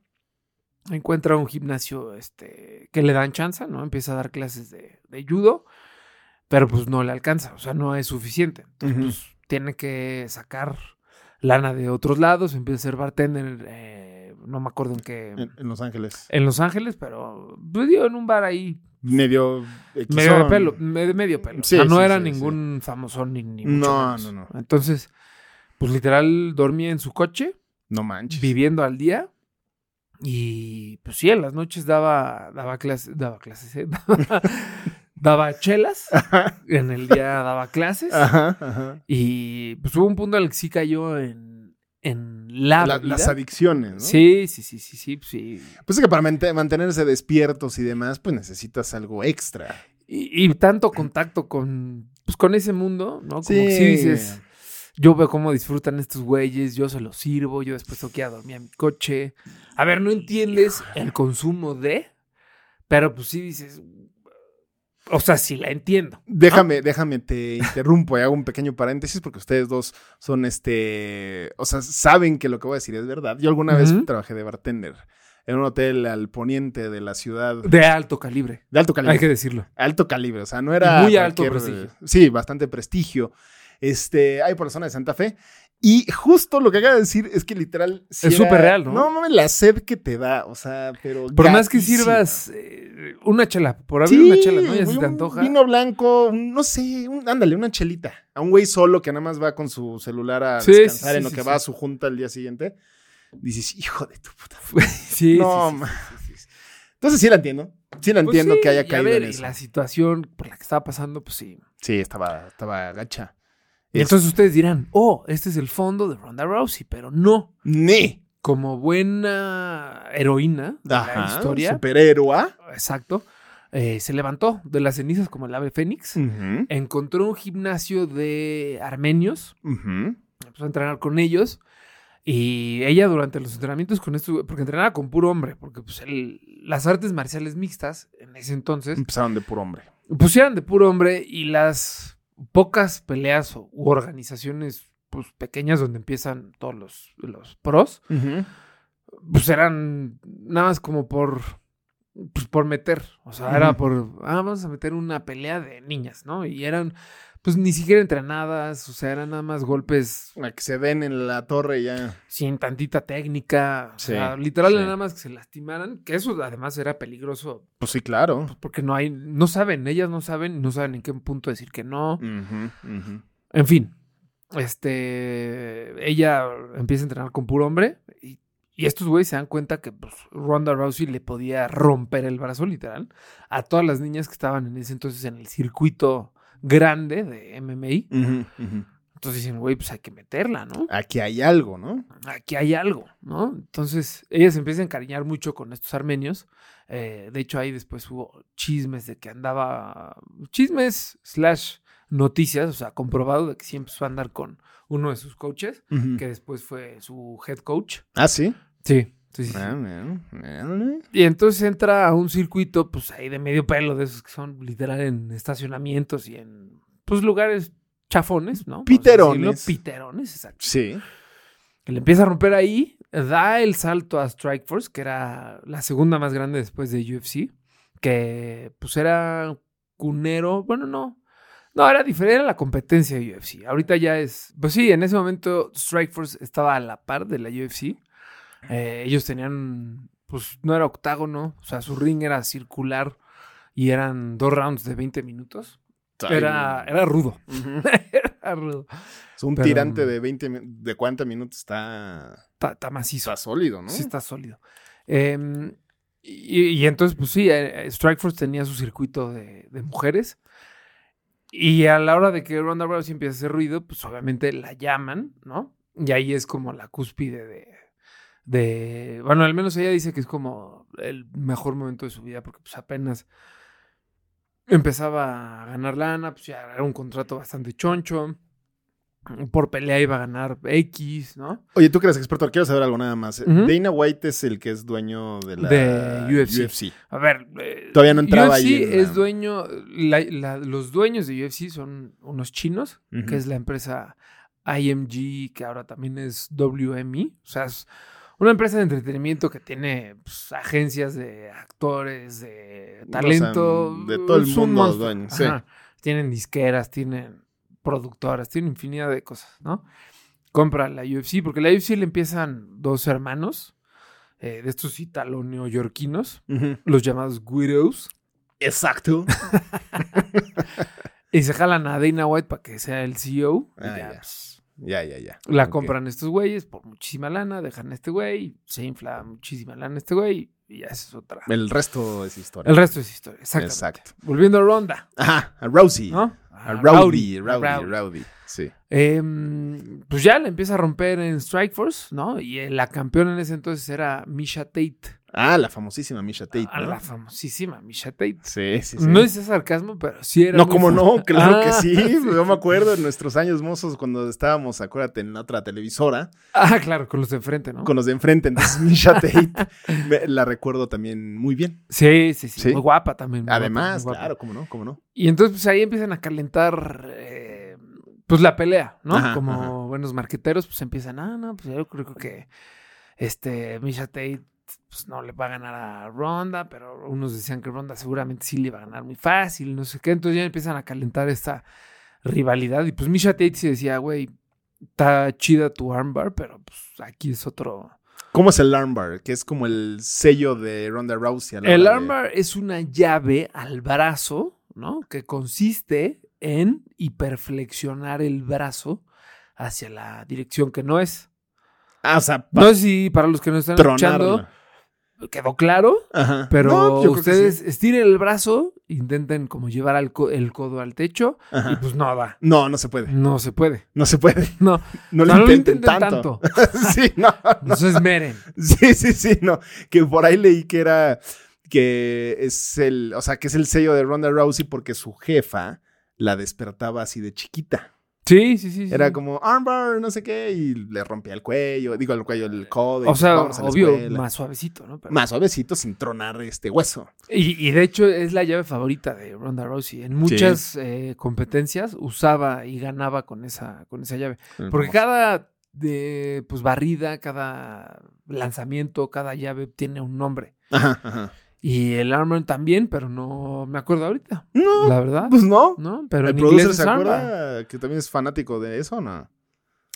G: Encuentra un gimnasio este, que le dan chance, ¿no? Empieza a dar clases de, de judo, pero pues no le alcanza, o sea, no es suficiente. Entonces,
F: Ujú.
G: pues, tiene que sacar lana de otros lados, empieza a ser bartender, eh, no me acuerdo en qué...
F: En, en Los Ángeles.
G: En Los Ángeles, pero pues, digo, en un bar ahí,
F: Medio.
G: medio de
F: equisón.
G: pelo, me- de medio pelo.
F: Sí,
G: o sea, no
F: sí,
G: era
F: sí,
G: ningún famosón ni, ni
F: No,
G: mucho menos.
F: no, no.
G: Entonces, pues literal dormía en su coche,
F: No manches.
G: viviendo al día. Y pues sí, en las noches daba, daba clases, daba clases, ¿eh? daba, daba chelas. En el día daba clases.
F: Ajá, ajá.
G: Y pues hubo un punto en el que sí cayó en, en la,
F: La-
G: bebida.
F: las adicciones, ¿no?
G: Sí, sí, sí, sí, sí, sí.
F: Pues es que para mante- mantenerse despiertos y demás, pues necesitas algo extra.
G: Y, y tanto contacto con, pues, con ese mundo, ¿no? Como que sí dices, Yo veo cómo disfrutan estos güeyes, yo se los sirvo, yo después tengo que ir a dormir a mi coche. A ver, no entiendes el consumo de, pero pues sí dices, o sea, sí la entiendo.
F: Déjame,
G: Ah.
F: déjame, te interrumpo y hago un pequeño paréntesis porque ustedes dos son este, o sea, saben que lo que voy a decir es verdad. Yo alguna
G: Ujú.
F: vez trabajé de bartender en un hotel al poniente de la ciudad de
G: De alto calibre,
F: alto calibre.
G: hay que decirlo.
F: Alto calibre, o sea, no era.
G: Muy alto
F: cualquier-
G: prestigio.
F: Sí, bastante prestigio. Este, hay por la zona de Santa Fe. Y justo lo que acaba de decir es que literal. sí
G: Es
F: era-
G: súper real, ¿no?
F: No mames, la sed que te da, o sea, pero.
G: Por más que
F: gatísima.
G: sirvas eh, una chela, por abrir una chela, ¿no? Ya si
F: güey,
G: te
F: un
G: antoja.
F: Vino blanco, un- no sé, un- ándale, una chelita. A un güey solo que nada más va con su celular a
G: Sí,
F: descansar
G: sí,
F: en lo
G: sí,
F: que
G: sí,
F: va a
G: sí.
F: su junta al día siguiente. Dices, hijo de tu puta.
G: Sí,
F: no,
G: sí, sí, sí,
F: ma-
G: sí, sí.
F: Entonces sí la entiendo. Sí la
G: Pues
F: entiendo
G: sí,
F: que haya
G: y a
F: caído
G: ver,
F: en
G: y
F: eso.
G: la situación por la que estaba pasando, pues sí.
F: Sí, estaba, estaba gacha.
G: Y entonces ustedes dirán, oh, este es el fondo de Ronda Rousey, pero no.
F: Ni.
G: Como buena heroína de la historia,
F: Superhéroe. ¿ah?
G: exacto, eh, se levantó de las cenizas como el ave fénix,
F: Mm.
G: encontró un gimnasio de armenios, empezó a entrenar con ellos y ella durante los entrenamientos con esto, porque entrenaba con puro hombre, porque pues, el- las artes marciales mixtas en ese entonces
F: Empezaron de puro hombre.
G: pues eran de puro hombre y las pocas peleas o- u organizaciones pues pequeñas donde empiezan todos los, los pros, pues eran nada más como por pues por meter, o sea, era
F: Ujú.
G: por ah vamos a meter una pelea de niñas, ¿no? Y eran pues ni siquiera entrenadas, o sea, eran nada más golpes
F: La que se den en la torre ya.
G: sin tantita técnica, o
F: Sí,
G: sea, literal
F: sí.
G: nada más que se lastimaran, que eso además era peligroso
F: Pues sí, claro.
G: porque no hay no saben, ellas no saben, no saben en qué punto decir que no. En fin, este, ella empieza a entrenar con puro hombre y, y estos güeyes se dan cuenta que pues, Ronda Rousey le podía romper el brazo literal a todas las niñas que estaban en ese entonces en el circuito grande de MMA. Entonces dicen, güey, pues hay que meterla, ¿no?
F: Aquí hay algo, ¿no?
G: Aquí hay algo, ¿no? Entonces ella se empieza a encariñar mucho con estos armenios. Eh, de hecho, ahí después hubo chismes de que andaba, chismes slash noticias, o sea, comprobado de que sí empezó a andar con uno de sus coaches
F: Mm.
G: que después fue su head coach.
F: Ah, sí.
G: Sí. sí, sí.
F: Ah, man, man.
G: Y entonces entra a un circuito, pues ahí de medio pelo, de esos que son literal en estacionamientos y en, pues, lugares chafones, ¿no? Vamos a
F: Piterones.
G: decirlo, Piterones, exacto.
F: Sí.
G: Que le empieza a romper ahí, da el salto a Strikeforce, que era la segunda más grande después de UFC, que pues era cunero, bueno, no. No, era diferente, era la competencia de UFC. Ahorita ya es. Pues sí, en ese momento Strikeforce estaba a la par de la UFC. Eh, ellos tenían. Pues no era octágono, o sea, su ring era circular y eran dos rounds de 20 minutos. Era, era rudo. Era rudo.
F: Es un
G: Pero-
F: tirante de 20 mi- de 40 minutos está,
G: Está, está macizo.
F: está sólido, ¿no?
G: Sí, está sólido. Em, y, y entonces, pues sí, eh, eh, Strikeforce tenía su circuito de, de mujeres. Y a la hora de que Ronda Rousey empieza a hacer ruido, pues obviamente la llaman, ¿no? Y ahí es como la cúspide de, de- Bueno, al menos ella dice que es como el mejor momento de su vida, porque pues apenas empezaba a ganar lana, pues ya era un contrato bastante choncho. Por pelea iba a ganar X, ¿no?
F: Oye, tú que eres experto, quiero saber algo nada más.
G: Ujú.
F: Dana White es el que es dueño de la
G: De UFC.
F: UFC.
G: A ver, eh,
F: Todavía no entraba
G: UFC
F: ahí en la-
G: es dueño, la- la- los dueños de UFC son unos chinos,
F: Ujú.
G: que es la empresa IMG, que ahora también es WME, o sea, es una empresa de entretenimiento que tiene pues, agencias de actores, de talento,
F: O sea, de todo el
G: es un
F: mundo
G: monstruo.
F: dueño, sí.
G: Ajá. Tienen disqueras, tienen productoras, tienen infinidad de cosas, ¿no? Compra la UFC, porque la UFC le empiezan dos hermanos, eh, de estos italo-neoyorquinos, los llamados Widows,
F: Exacto.
G: y se jalan a Dana White para que sea el CEO. y
F: Ah,
G: ya,
F: ya.
G: pues,
F: ya, ya, ya.
G: La
F: Ok.
G: compran estos güeyes por muchísima lana, dejan a este güey, se infla muchísima lana este güey, y ya esa es otra.
F: El resto es historia.
G: El resto es historia, exactamente.
F: Exacto.
G: Volviendo a Ronda,
F: Ajá, a Rousey.
G: ¿no?
F: A
G: A
F: Rowdy,
G: a
F: Rowdy, Rowdy,
G: Rowdy.
F: Sí.
G: Em, pues ya la empieza a romper en Strikeforce, ¿no? Y eh, la campeona en ese entonces era Misha Tate.
F: Ah, la famosísima Misha Tate.
G: a
F: ¿no?
G: la famosísima Misha Tate.
F: Sí, sí, sí.
G: No es sarcasmo, pero sí era.
F: No,
G: muy
F: como
G: fa-
F: no, claro que
G: Ah,
F: sí. Yo me acuerdo en nuestros años mozos cuando estábamos, acuérdate, en la otra televisora,
G: Ah, claro, con los de enfrente, ¿no?
F: con los de enfrente. Entonces, Misha Tate me- la recuerdo también muy bien.
G: Sí, sí, sí,
F: Sí.
G: Muy guapa también. muy guapa,
F: Además,
G: muy guapa.
F: claro, cómo no, cómo no.
G: Y entonces, pues ahí empiezan a calentar. eh, pues la pelea, ¿no?
F: Ajá,
G: Como
F: ajá.
G: buenos marqueteros, pues empiezan, ah, no, pues yo creo que este Misha Tate pues no le va a ganar a Ronda, pero unos decían que Ronda seguramente sí le va a ganar muy fácil, no sé qué. Entonces ya empiezan a calentar esta rivalidad. Y pues Misha Tate sí decía, güey, está chida tu armbar, pero pues aquí es otro.
F: ¿Cómo es el armbar? Que es como el sello de Ronda Rousey. a la
G: El
F: hora de-
G: armbar es una llave al brazo, ¿no? Que consiste en hiperflexionar el brazo hacia la dirección que no es.
F: Ah, o sea,
G: No sé si para los que no están
F: tronarlo.
G: escuchando quedó claro,
F: Ajá.
G: pero
F: No, yo creo que
G: ustedes
F: sí.
G: estiren el brazo, intenten como llevar al co- el codo al techo y
F: Ajá.
G: pues no da.
F: No, no se puede.
G: No se puede.
F: No se puede.
G: No,
F: No lo
G: No
F: intenten, tanto. sí, no.
G: No se esmeren.
F: Sí, sí, sí, no. Que por ahí leí que era que es el, o sea, que es el sello de Ronda Rousey porque su jefa la despertaba así de chiquita.
G: Sí, sí, sí. sí.
F: Era como armbar, no sé qué, y le rompía el cuello, digo el cuello, el codo. y
G: Eh, O sea,
F: vámonos a la
G: obvio,
F: escuela.
G: más suavecito, ¿no? Pero-
F: más suavecito sin tronar este hueso.
G: Y, y de hecho es la llave favorita de Ronda Rousey. En muchas eh, competencias usaba y ganaba con esa, con esa llave. Porque cada de, pues, barrida, cada lanzamiento, cada llave tiene un nombre.
F: Ajá, ajá.
G: Y el armor también, pero no me acuerdo ahorita.
F: No,
G: La verdad.
F: pues no.
G: ¿No? Pero
F: ¿El
G: en inglés
F: producer
G: es
F: se
G: armbar.
F: acuerda que también es fanático de eso o no?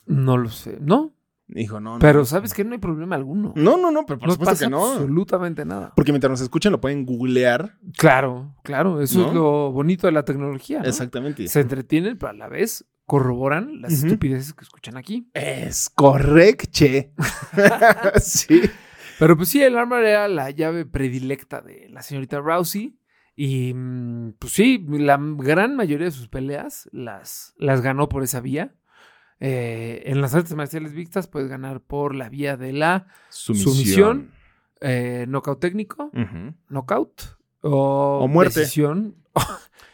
G: No lo sé. No,
F: Dijo, no, no.
G: pero sabes que no hay problema alguno.
F: No, no, no, pero por
G: no
F: supuesto
G: pasa
F: que no.
G: absolutamente nada.
F: Porque mientras nos escuchen lo pueden googlear.
G: Claro, claro. Eso
F: ¿No?
G: es lo bonito de la tecnología. ¿no?
F: Exactamente.
G: se entretienen, pero a la vez corroboran las
F: Ujú.
G: estupideces que escuchan aquí.
F: Es correcche. sí.
G: Pero pues sí, el armor era la llave predilecta de la señorita Rousey. Y mm, pues sí, la gran mayoría de sus peleas las, las ganó por esa vía. Eh, en las artes marciales mixtas puedes ganar por la vía de la Sumisión. eh, knockout técnico,
F: Ujú.
G: knockout o,
F: O muerte.
G: decisión.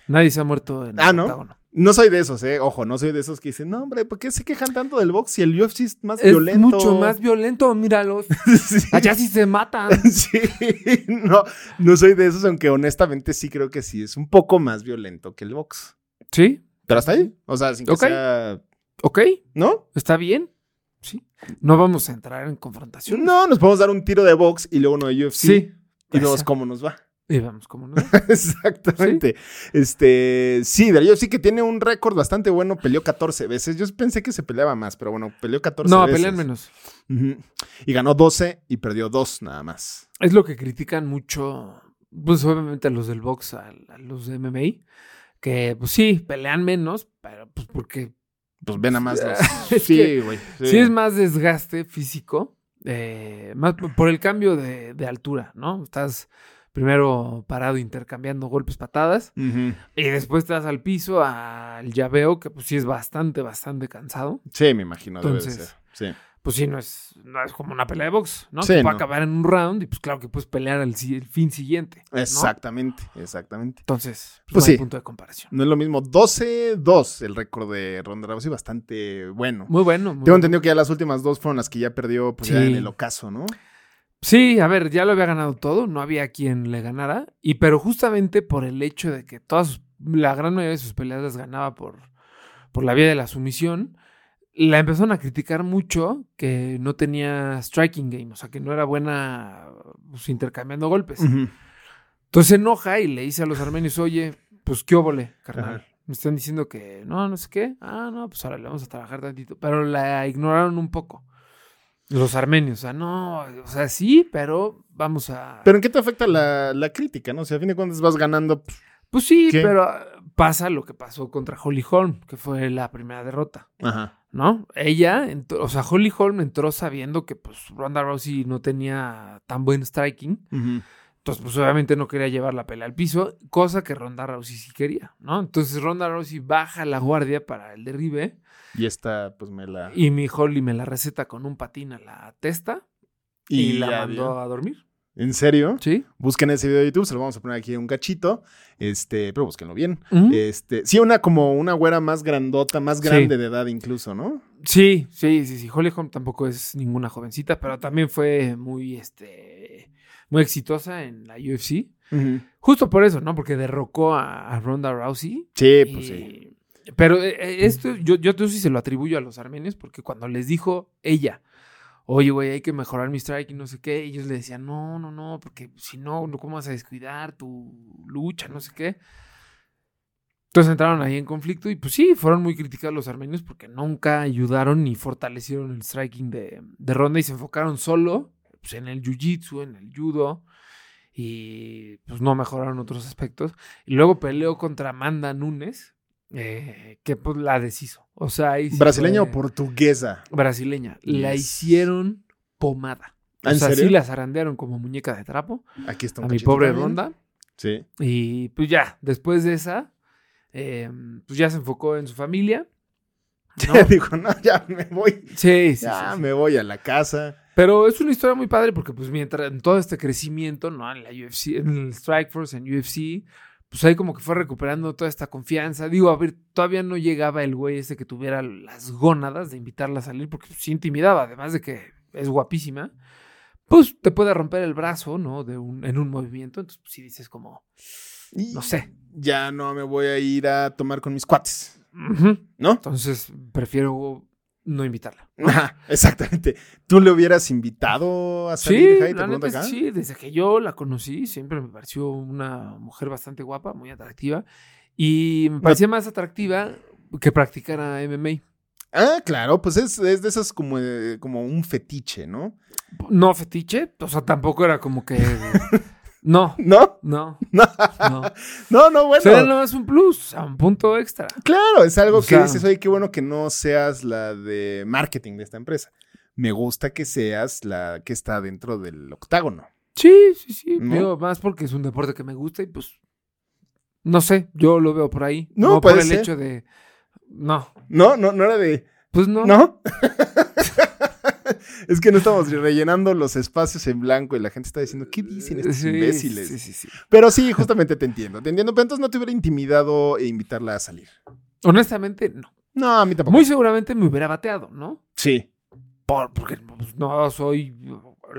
G: Nadie se ha muerto en el
F: Ah, ¿no?
G: octágono.
F: No soy de esos, eh. Ojo, no soy de esos que dicen, no, hombre, ¿por qué se quejan tanto del box si el UFC es más
G: Es
F: violento?
G: mucho más Ah, violento, míralos.
F: sí.
G: Allá sí se matan.
F: Sí, no, no soy de esos, aunque honestamente sí creo que sí es un poco más violento que el box.
G: Sí,
F: Pero hasta ahí. O sea, sin que
G: Ok.
F: sea.
G: Ok,
F: ¿No?
G: está bien. Sí. No vamos a entrar en confrontación.
F: No, nos podemos dar un tiro de box y luego uno de UFC.
G: sí.
F: Y vemos
G: Exacto.
F: cómo nos va.
G: Y vamos, como no.
F: Exactamente. Este, sí, de yo sí que tiene un récord bastante bueno, peleó 14 veces. Yo pensé que se peleaba más, pero bueno, peleó 14
G: No,
F: veces.
G: pelean menos.
F: Ujú. Y ganó 12 y perdió 2 nada más.
G: Es lo que critican mucho, pues obviamente a los del box, a, a los de MMA, que pues sí, pelean menos, pero pues porque
F: Pues ven a más los.
G: Es
F: sí,
G: que-
F: güey.
G: sí, es más desgaste físico, eh, más p- por el cambio de, de altura, ¿no? Estás primero parado intercambiando golpes, patadas,
F: Ujú.
G: y después te das al piso, al llaveo, que pues sí es bastante, bastante cansado.
F: Sí, me imagino, debe de
G: Entonces,
F: ser. Sí.
G: pues sí, no es, no es como una pelea de box, ¿no?
F: Sí,
G: que puede
F: no.
G: acabar en un round y pues claro que puedes pelear al si- el fin siguiente. ¿no?
F: Exactamente, exactamente.
G: Entonces, pues,
F: Pues
G: no hay
F: sí.
G: punto de comparación.
F: No es lo mismo. 12-2 el récord de Ronda Rousey, bastante bueno.
G: Muy bueno. muy
F: Tengo
G: bueno.
F: entendido que ya las últimas dos fueron las que ya perdió pues, ya
G: Sí.
F: en el ocaso, ¿no?
G: Sí, a ver, ya lo había ganado todo, no había quien le ganara. Y pero justamente por el hecho de que todas sus- la gran mayoría de sus peleas las ganaba por, por la vía de la sumisión, la empezaron a criticar mucho que no tenía striking game, o sea que no era buena pues, intercambiando golpes.
F: Ujú.
G: Entonces se enoja y le dice a los armenios, oye, pues qué óvole, carnal.
F: Ajá.
G: Me están diciendo que no, no sé qué. Ah, no, pues ahora le vamos a trabajar tantito. Pero la ignoraron un poco. Los armenios, o sea, no, o sea, sí, pero vamos a...
F: Pero ¿en qué te afecta la, la crítica, no? O sea, a fin de cuentas vas ganando. pf,
G: pues sí,
F: ¿qué?
G: pero ah, pasa lo que pasó contra Holly Holm, que fue la primera derrota,
F: Ajá.
G: ¿no? Ella, entró- o sea, Holly Holm entró sabiendo que pues Ronda Rousey no tenía tan buen striking. Entonces, pues obviamente no quería llevar la pelea al piso, cosa que Ronda Rousey sí quería, ¿no? Entonces Ronda Rousey baja la guardia para el derribe
F: Y esta, pues me la.
G: y mi Holly me la receta con un patín a la testa y, la mandó a dormir.
F: ¿En serio?
G: ¿Sí?
F: Busquen ese video de YouTube, se lo vamos a poner aquí un cachito. Este, pero búsquenlo bien.
G: Ujú.
F: Este, sí, una como una güera más grandota, más
G: ¿Mm? Sí.
F: grande de edad incluso, ¿no?
G: Sí, sí, sí, sí. Holly Holm tampoco es ninguna jovencita, pero también fue muy, este, muy exitosa en la UFC. Justo por eso, ¿no? Porque derrocó a, a Ronda Rousey.
F: Sí,
G: Y-
F: pues sí.
G: Pero eh, eh, esto yo, yo, yo sí se lo atribuyo a los armenios porque cuando les dijo ella, oye, güey, hay que mejorar mi strike y no sé qué, ellos le decían, no, no, no, porque si no, no, ¿cómo vas a descuidar tu lucha, no sé qué? Entonces entraron ahí en conflicto y pues sí, fueron muy criticados los armenios porque nunca ayudaron ni fortalecieron el striking de, de Ronda y se enfocaron solo pues, en el jiu-jitsu, en el judo y pues no mejoraron otros aspectos. Y luego peleó contra Amanda Nunes, eh, que pues la deshizo. O sea, ahí sí
F: ¿Brasileña
G: fue-
F: o portuguesa?
G: Brasileña.
F: Yes.
G: La
F: ¿Ah,
G: hicieron pomada. O
F: ¿En
G: sea,
F: serio?
G: sí la zarandearon como muñeca de trapo
F: Aquí está un
G: a mi
F: cachito
G: pobre
F: también.
G: Ronda.
F: Sí.
G: Y pues ya, después de esa, eh, pues ya se enfocó en su familia. ¿no?
F: Ya dijo, no, ya me voy.
G: Sí, sí, sí,
F: Ya
G: sí.
F: me voy a la casa.
G: Pero es una historia muy padre porque pues mientras en todo este crecimiento, ¿no? En la UFC, en el Strike Force, en UFC, pues ahí como que fue recuperando toda esta confianza. Digo, a ver, todavía no llegaba el güey ese que tuviera las gónadas de invitarla a salir porque pues, sí intimidaba, además de que es guapísima. Pues te puede romper el brazo, ¿no? De un, en un movimiento. Entonces, pues, sí dices como,
F: Y
G: no sé.
F: Ya no me voy a ir a tomar con mis cuates,
G: Ujú.
F: ¿no?
G: Entonces, prefiero no invitarla.
F: Ajá, exactamente. ¿Tú le hubieras invitado a
G: Sí,
F: salir? Jai? te
G: la
F: pregunto
G: neta es que
F: acá.
G: sí, desde que yo la conocí siempre me pareció una mujer bastante guapa, muy atractiva y me parecía más atractiva que practicara MMA.
F: Ah, claro, pues es, es de esas como, eh, como un fetiche, ¿no?
G: No fetiche, o sea, tampoco era como que no,
F: ¿No?
G: no,
F: No,
G: no.
F: no, no,
G: O
F: bueno.
G: sea, era nada más un plus, a un punto extra.
F: Claro, es algo
G: O
F: que
G: sea-
F: dices, oye, qué bueno que no seas la de marketing de esta empresa. Me gusta que seas la que está dentro del octágono.
G: Sí, sí, sí,
F: ¿No?
G: digo, más porque es un deporte que me gusta y pues no sé, yo lo veo por ahí,
F: No,
G: no, por
F: puede
G: el
F: ser.
G: hecho de no,
F: No, no, no era de.
G: pues no.
F: ¿No? es que no estamos rellenando los espacios en blanco y la gente está diciendo, ¿qué dicen estos
G: Sí,
F: imbéciles?
G: sí, sí, sí.
F: Pero sí, justamente te entiendo, te entiendo. Pero entonces no te hubiera intimidado e invitarla a salir.
G: Honestamente, no.
F: No, a mí tampoco.
G: Muy seguramente me hubiera bateado, ¿no?
F: Sí.
G: Por- porque pues, no soy,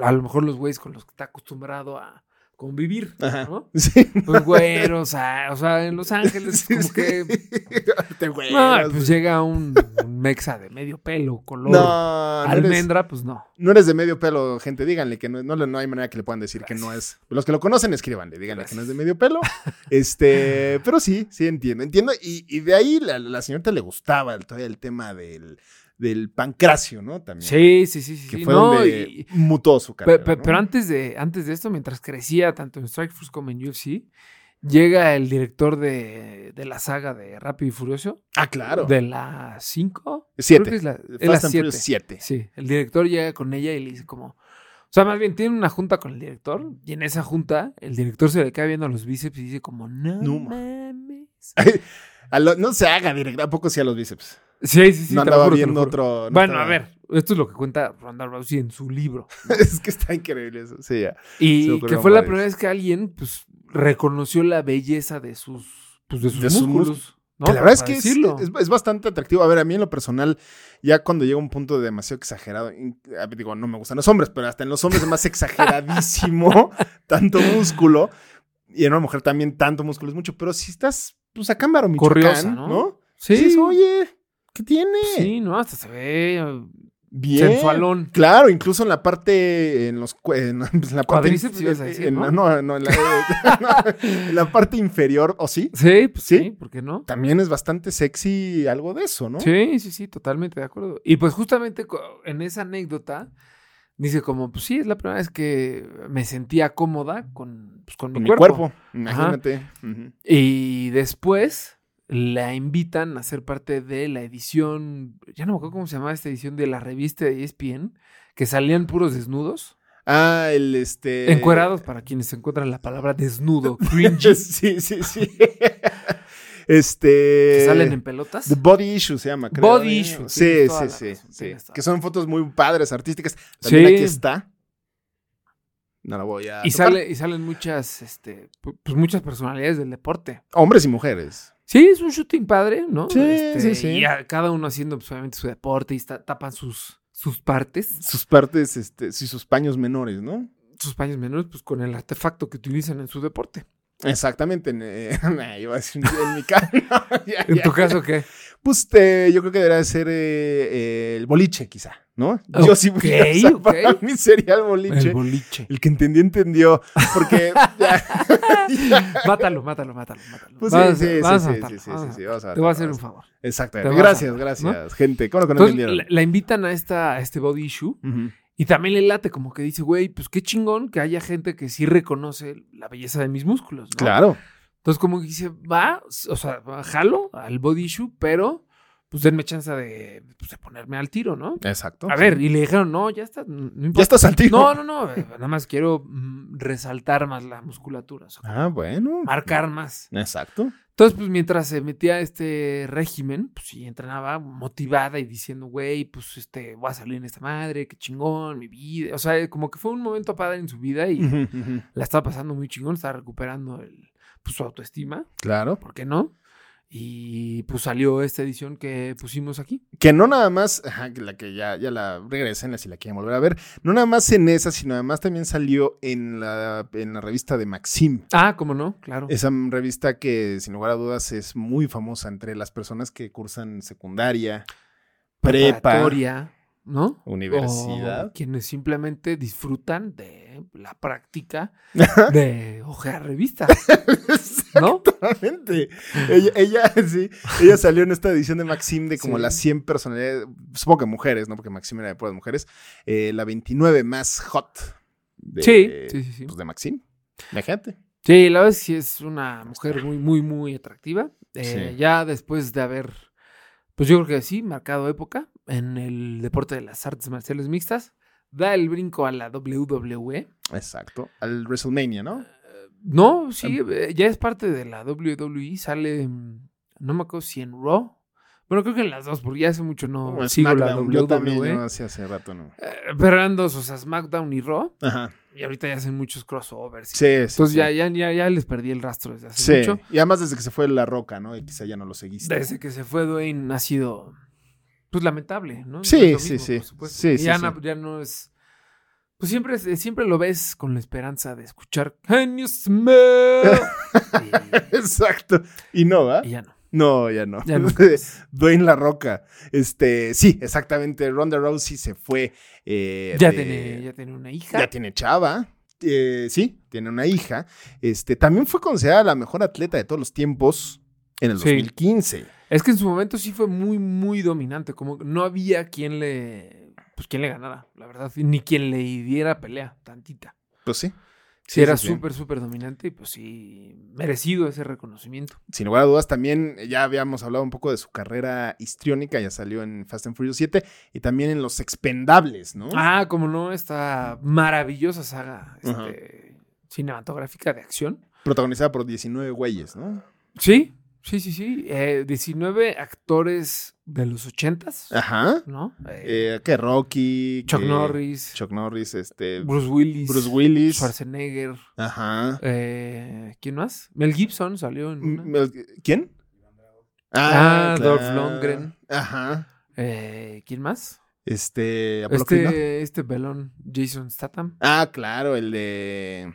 G: a lo mejor los güeyes con los que está acostumbrado a convivir,
F: Ajá.
G: ¿no?
F: Sí.
G: Los güeros, a- o sea, en Los Ángeles,
F: Sí, Eh,
G: como
F: sí.
G: que.
F: Te güeras.
G: no,
F: no,
G: pues llega un, un mexa de medio pelo, color.
F: no, eres,
G: almendra, pues no.
F: no eres de medio pelo, gente. Díganle que no, no, le- no hay manera que le puedan decir que no es. Los que lo conocen, escríbanle, díganle que no es de medio pelo. Este, pero sí, sí entiendo, entiendo. Y, y de ahí la, la señorita le gustaba el- todavía el tema del, del pancracio, ¿no? También.
G: Sí, sí, sí, sí.
F: Mm. Que
G: sí,
F: fue
G: no,
F: donde
G: y-
F: mutó su
G: Pe-
F: carrera.
G: pe-
F: ¿no?
G: Pero antes de, antes de esto, mientras crecía tanto en Strike Force como en UFC, llega el director de, de la saga de Rápido y Furioso,
F: Ah, claro.
G: De la 5.
F: Siete.
G: Creo que es la, es la
F: Fast and Furious
G: 7.
F: 7.
G: Sí, el director llega con ella y le dice como... O sea, más bien tiene una junta con el director y en esa junta el director se le cae viendo los bíceps y dice como, no,
F: No, ma-
G: mames.
F: A lo- no se haga directo, tampoco sí a los bíceps.
G: Sí, sí, sí.
F: no
G: te lo
F: andaba
G: juro, te lo
F: viendo
G: juro.
F: otro. no
G: bueno,
F: estaba-
G: a ver, esto es lo que cuenta Ronda Rousey en su libro.
F: es que está increíble eso. Sí, ya. Se me
G: Y que
F: ocurrieron
G: fue la
F: varios.
G: primera vez que alguien pues, reconoció la belleza de sus, pues, de sus
F: De sus
G: músculos. ¿no?
F: Que la verdad es
G: Para
F: que es,
G: decirlo.
F: es- es bastante atractivo. A ver, a mí en lo personal, ya cuando llega un punto de demasiado exagerado, in- a ver, digo, no me gustan los hombres, pero hasta en los hombres es más exageradísimo, tanto músculo, y en una mujer también tanto músculo es mucho, pero si estás, pues acá en Baro, Michoacán,
G: Corriosa,
F: ¿no?
G: ¿no?
F: Sí.
G: Sí,
F: Dices, oye, ¿qué tiene?
G: sí, ¿no? Hasta se ve eh,
F: Bien.
G: sensualón.
F: Claro, incluso en la parte en los cue- en, en la parte eh,
G: Cuadríceps, ibas a decir,
F: en-
G: ¿no?
F: no, no, en la, en la parte inferior, ¿o sí?
G: Sí, pues
F: ¿Sí?
G: sí, ¿por qué no?
F: También es bastante sexy algo de eso, ¿no?
G: Sí, sí, sí, totalmente de acuerdo. Y pues justamente co- en esa anécdota dice como, pues sí, es la primera vez que me sentía cómoda con, pues, con,
F: Con
G: mi, cuerpo.
F: Imagínate. Ujú.
G: Y después la invitan a ser parte de la edición, ya no me acuerdo cómo se llamaba esta edición de la revista de E ESPN, que salían puros desnudos,
F: Ah, el este.
G: encuerados para quienes encuentran la palabra desnudo,
F: Sí,
G: cringy,
F: sí, sí, sí. este.
G: que salen en pelotas.
F: The Body Issue se llama, creo.
G: Body
F: ¿no?
G: Issue,
F: Sí,
G: tienes toda
F: sí, sí.
G: la razón,
F: sí.
G: tienes toda
F: Que
G: la
F: son fotos muy padres, artísticas. También
G: Sí.
F: aquí está. No la voy a.
G: Y,
F: tocar.
G: sale, y salen muchas, este, pu- pues muchas personalidades del deporte.
F: Hombres y mujeres.
G: Sí, es un shooting padre, ¿no? Este,
F: Sí, sí, sí.
G: Y a cada uno haciendo pues, obviamente su deporte y está- tapan sus, sus partes,
F: Sus partes, este, sí, sus paños menores, ¿no?
G: sus paños menores, pues con el artefacto que utilizan en su deporte.
F: Exactamente. En, eh, nah, iba a decir en mi casa. No, ya,
G: En
F: ya.
G: tu caso, ¿qué?
F: Pues eh, yo creo que debería ser eh, eh, el boliche, quizá, ¿no? Yo sí voy a
G: Ok,
F: usar
G: ok.
F: para mí sería el boliche.
G: El
F: El,
G: boliche.
F: que entendió, entendió. Porque. ya- ya.
G: Mátalo, mátalo, mátalo, mátalo.
F: Pues sí,
G: Vas a-
F: sí, sí,
G: vas a
F: sí,
G: matarlo,
F: sí, sí,
G: vas a
F: sí, sí,
G: matarlo.
F: vas a
G: Te voy
F: matarlo,
G: a hacer un
F: vas a-
G: favor.
F: Exactamente.
G: Te vas a-
F: Gracias, gracias, gente. ¿Cómo lo que no
G: Entonces,
F: entendieron?
G: la, la invitan a, esta, a este body issue
F: Ujú.
G: y también le late como que dice, güey, pues qué chingón que haya gente que sí reconoce la belleza de mis músculos, ¿no?
F: Claro.
G: Entonces, como que dice, va, o sea, va, jalo al body issue, pero pues denme chance de, pues, de ponerme al tiro, ¿no?
F: Exacto.
G: A ver, y le dijeron, no, ya está, no importa.
F: Ya estás al tiro.
G: No, no, no, eh, nada más quiero mm, resaltar más la musculatura, o sea,
F: Ah, bueno.
G: marcar más.
F: Exacto.
G: Entonces, pues mientras se metía a este régimen, pues sí, entrenaba motivada y diciendo, güey, pues este, voy a salir en esta madre, qué chingón, mi vida. O sea, como que fue un momento padre en su vida y
F: Ujú, ujú.
G: la estaba pasando muy chingón, estaba recuperando el, pues, su autoestima.
F: Claro.
G: ¿por qué no? Y pues salió esta edición que pusimos aquí.
F: Que no nada más, ajá, que la que ya, ya la regresen, si la quieren volver a ver, no nada más en esa, sino además también salió en la, en la revista de Maxim.
G: Ah, ¿cómo no? Claro.
F: Esa revista que sin lugar a dudas es muy famosa entre las personas que cursan secundaria, prepa,
G: Preparatoria, Oh. ¿no?
F: Universidad.
G: O quienes simplemente disfrutan de la práctica de ojear revistas, ¿no?
F: Exactamente. Ella, ella, sí, ella salió en esta edición de Maxim de como
G: Sí.
F: las 100 personalidades, supongo que mujeres, ¿no? Porque Maxim era de puras mujeres, eh, la 29 más hot de,
G: Sí, sí, sí, sí.
F: pues, de Maxim. Imagínate.
G: Sí, la verdad es que sí es una mujer muy, muy, muy atractiva. Eh,
F: Sí.
G: Ya después de haber, pues yo creo que sí, marcado época en el deporte de las artes marciales mixtas, da el brinco a la E. WWE.
F: Exacto. Al WrestleMania, ¿no?
G: Ah, No, sí, eh, ya es parte de la WWE, sale, mm, no me acuerdo si en Raw. Bueno, creo que en las dos, porque ya hace mucho no
F: O
G: sigo la
F: SmackDown. Yo también,
G: WWE.
F: ¿no? Sí, hace rato, ¿no?
G: Eh, pero eran dos, o sea, SmackDown y Raw,
F: Ajá.
G: y ahorita ya hacen muchos crossovers. y-
F: Sí, sí.
G: Entonces
F: sí.
G: pues Ya, ya, ya, ya les perdí el rastro desde hace
F: Sí.
G: mucho.
F: Y además desde que se fue La Roca, ¿no? Y quizá ya no lo seguiste.
G: Desde que se fue Dwayne ha sido, pues lamentable, ¿no?
F: Sí,
G: No es lo
F: sí,
G: mismo,
F: sí.
G: por supuesto.
F: Sí,
G: Y
F: sí,
G: ya,
F: sí.
G: No, ya no es... Pues siempre, es- siempre lo ves con la esperanza de escuchar Can you smell?
F: Exacto. Y no, ¿va?
G: y, y ya no.
F: No, ya no.
G: Ya no.
F: Dwayne La Roca. Este, sí, exactamente. Ronda Rousey se fue. eh,
G: Ya
F: de-
G: tiene, ya tiene una hija.
F: ya tiene chava. eh, sí, tiene una hija. Este, también fue considerada la mejor atleta de todos los tiempos en el
G: Sí.
F: 2015.
G: Es que en su momento sí fue muy, muy dominante. Como que no había quien le. Pues quien le ganara, la verdad. Ni quien le diera pelea, tantita.
F: Pues sí.
G: Sí, era
F: sí.
G: súper, súper dominante y pues sí, merecido ese reconocimiento.
F: Sin lugar a dudas, también eh, ya habíamos hablado un poco de su carrera histriónica, ya salió en Fast and Furious 7 y también en Los Expendables, ¿no?
G: Ah, como no, esta maravillosa saga este, cinematográfica de acción.
F: Protagonizada por 19 güeyes, ¿no?
G: Sí, sí, sí, sí. Eh, 19 actores de los 80s,
F: Ajá.
G: ¿no? Eh,
F: Ah. Eh, que Rocky.
G: Chuck
F: que-
G: Norris,
F: Chuck Norris, este.
G: Bruce Willis,
F: Bruce Willis.
G: Schwarzenegger.
F: Ajá.
G: Eh, ¿Quién más? Mel Gibson salió en una.
F: M- el- ¿Quién?
G: Ah, Dolph Lundgren.
F: Ajá.
G: Eh, ¿Quién más?
F: Este. Apollo Creed, ¿no?
G: Este, este pelón, Jason Statham.
F: Ah, claro, el de.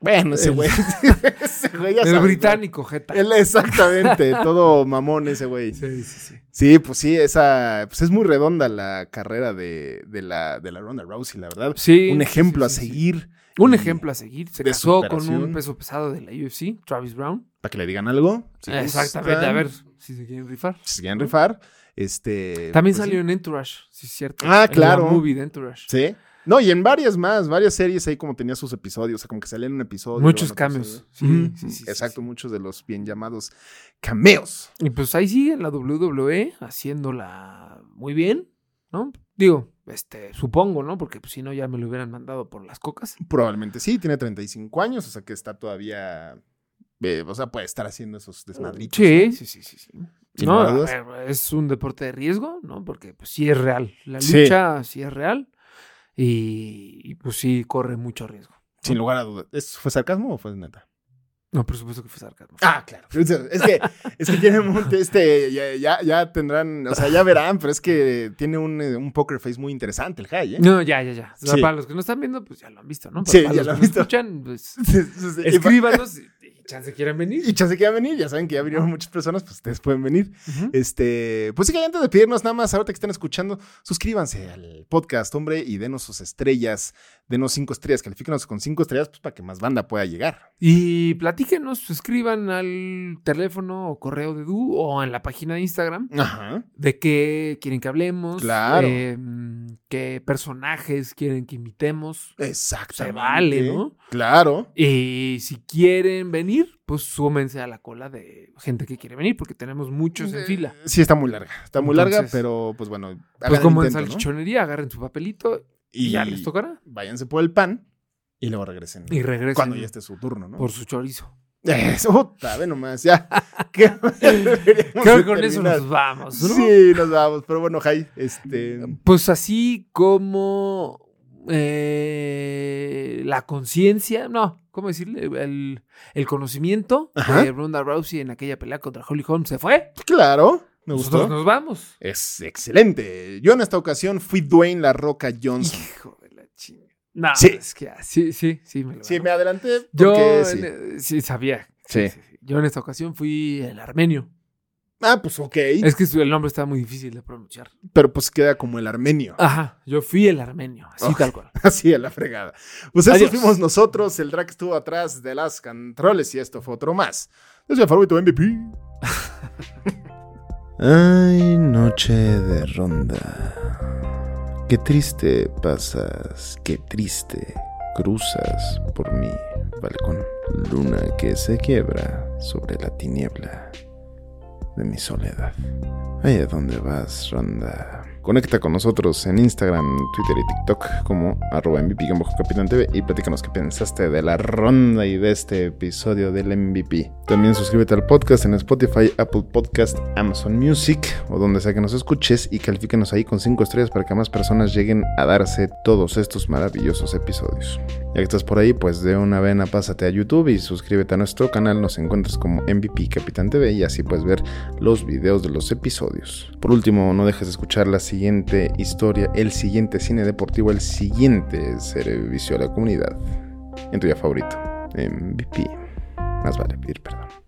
F: Bueno, ese
G: El-
F: güey. ese güey ya
G: El
F: sabes, ¿no?
G: británico, Jeta.
F: Él exactamente, todo mamón ese güey.
G: Sí, sí, sí.
F: Sí, pues sí, esa. Pues es muy redonda la carrera de, de la, de la Ronda Rousey, la verdad.
G: Sí,
F: Un ejemplo
G: sí,
F: a
G: sí, sí.
F: seguir.
G: Un
F: Y-
G: ejemplo a seguir. Se
F: de
G: casó con un
F: superación.
G: peso pesado de la UFC, Travis Brown.
F: Para que le digan algo. si
G: Exactamente,
F: gustan,
G: a ver si se quieren rifar.
F: Si se quieren rifar. Este.
G: También
F: pues, sí.
G: salió en Entourage, sí es cierto.
F: Ah,
G: En la
F: claro.
G: movie de Entourage.
F: Sí. No, y en varias más, varias series ahí como tenía sus episodios, o sea, como que salían un episodio.
G: Muchos
F: luego un
G: cambios.
F: episodio.
G: Sí,
F: eh. Ujú.
G: sí, sí, sí,
F: Exacto,
G: sí.
F: muchos de los bien llamados cameos.
G: Y pues ahí sigue la WWE haciéndola muy bien, ¿no? Digo, este, supongo, ¿no? Porque pues, si no ya me lo hubieran mandado por las cocas.
F: Probablemente sí, tiene 35 años, o sea que está todavía. eh, o sea, puede estar haciendo esos desmadritos.
G: Sí, sí, sí, sí. sí.
F: Sin
G: No,
F: lugar a
G: a
F: dudas.
G: ver, es un deporte de riesgo, ¿no? Porque pues, sí es real. La
F: Sí.
G: lucha sí es real. y, y, pues sí corre mucho riesgo.
F: Sin lugar a dudas. ¿Eso fue sarcasmo o fue neta?
G: No, por supuesto que fue sarcasmo.
F: Ah, claro. Es que, es que tiene un, este, ya, ya, ya tendrán, o sea, ya verán, pero es que tiene un, eh, un poker face muy interesante el Jai, ¿eh?
G: No, ya, ya, ya. O sea,
F: Sí.
G: Para los que no están viendo, pues ya lo han visto, ¿no? Pero
F: Sí,
G: para
F: ya
G: los
F: lo han
G: que no
F: visto.
G: escuchan, pues
F: Sí, sí, sí. Y-
G: escríbanos y, y chance quieran venir.
F: Y chance que va a venir, ya saben que ya vinieron muchas personas, pues ustedes pueden venir.
G: Ujú.
F: Este, pues sí que antes de pedirnos nada más, ahorita que están escuchando, suscríbanse al podcast, hombre, y denos sus estrellas, denos cinco estrellas, califíquenos con cinco estrellas, pues para que más banda pueda llegar.
G: Y platíquenos, escriban al teléfono o correo de Du o en la página de Instagram
F: Ajá.
G: de qué quieren que hablemos,
F: Claro.
G: eh, mm, qué personajes quieren que imitemos.
F: Exactamente.
G: vale, ¿no?
F: Claro.
G: Y si quieren venir, pues súmense a la cola de gente que quiere venir, porque tenemos muchos en fila.
F: Sí, está muy larga. Está muy larga,
G: Entonces,
F: pero pues bueno. hagan
G: Pues
F: el
G: como en
F: intento, ¿no?
G: salchichonería, agarren su papelito y,
F: Y
G: ya les tocará.
F: Váyanse por el pan y luego regresen.
G: Y regresen
F: Cuando ya esté su turno, ¿no?
G: por su chorizo.
F: Eso, puta, ve nomás, ya. Creo
G: Creo que
F: que
G: con eso nos vamos, ¿no?
F: Sí, nos vamos. Pero bueno, Jai, este.
G: Pues así como eh, la conciencia, no, ¿cómo decirle? El, el conocimiento
F: Ajá.
G: de Ronda Rousey en aquella pelea contra Holly Holm se fue.
F: Claro, me
G: Nosotros
F: gustó.
G: nos vamos.
F: Es excelente. Yo en esta ocasión fui Dwayne La Roca Johnson.
G: Hijo de la chinga. No,
F: Sí.
G: es que ah, sí, sí, sí me lo
F: Sí,
G: ganó.
F: me adelanté.
G: Yo
F: Porque,
G: en-
F: sí.
G: eh, sí sabía.
F: Sí.
G: Yo en esta ocasión fui el armenio.
F: Ah, pues ok.
G: Es que su- el nombre está muy difícil de pronunciar.
F: Pero pues queda como el armenio.
G: Ajá, yo fui el armenio, así
F: Ah. Ok.
G: tal cual.
F: Así a la fregada. Pues eso
G: Adiós.
F: fuimos nosotros. El drag estuvo atrás de las controles y esto fue otro más. Yo soy el favorito MVP.
H: Ay, noche de ronda. Qué triste pasas, qué triste cruzas por mi balcón. Luna que se quiebra sobre la tiniebla de mi soledad. Ay, ¿a dónde vas, ronda? Conecta con nosotros en Instagram, Twitter y TikTok como arroba MVP-Capitán TV y platícanos qué pensaste de la ronda y de este episodio del MVP. También suscríbete al podcast en Spotify, Apple Podcast, Amazon Music o donde sea que nos escuches y califícanos ahí con 5 estrellas para que más personas lleguen a darse todos estos maravillosos episodios. Ya que estás por ahí, pues de una vena pásate a YouTube y suscríbete a nuestro canal. Nos encuentras como MVP Capitán TV y así puedes ver los videos de los episodios. Por último, no dejes de escuchar la siguiente historia, el siguiente cine deportivo, el siguiente servicio a la comunidad. En tu día favorito, MVP. Más vale pedir perdón.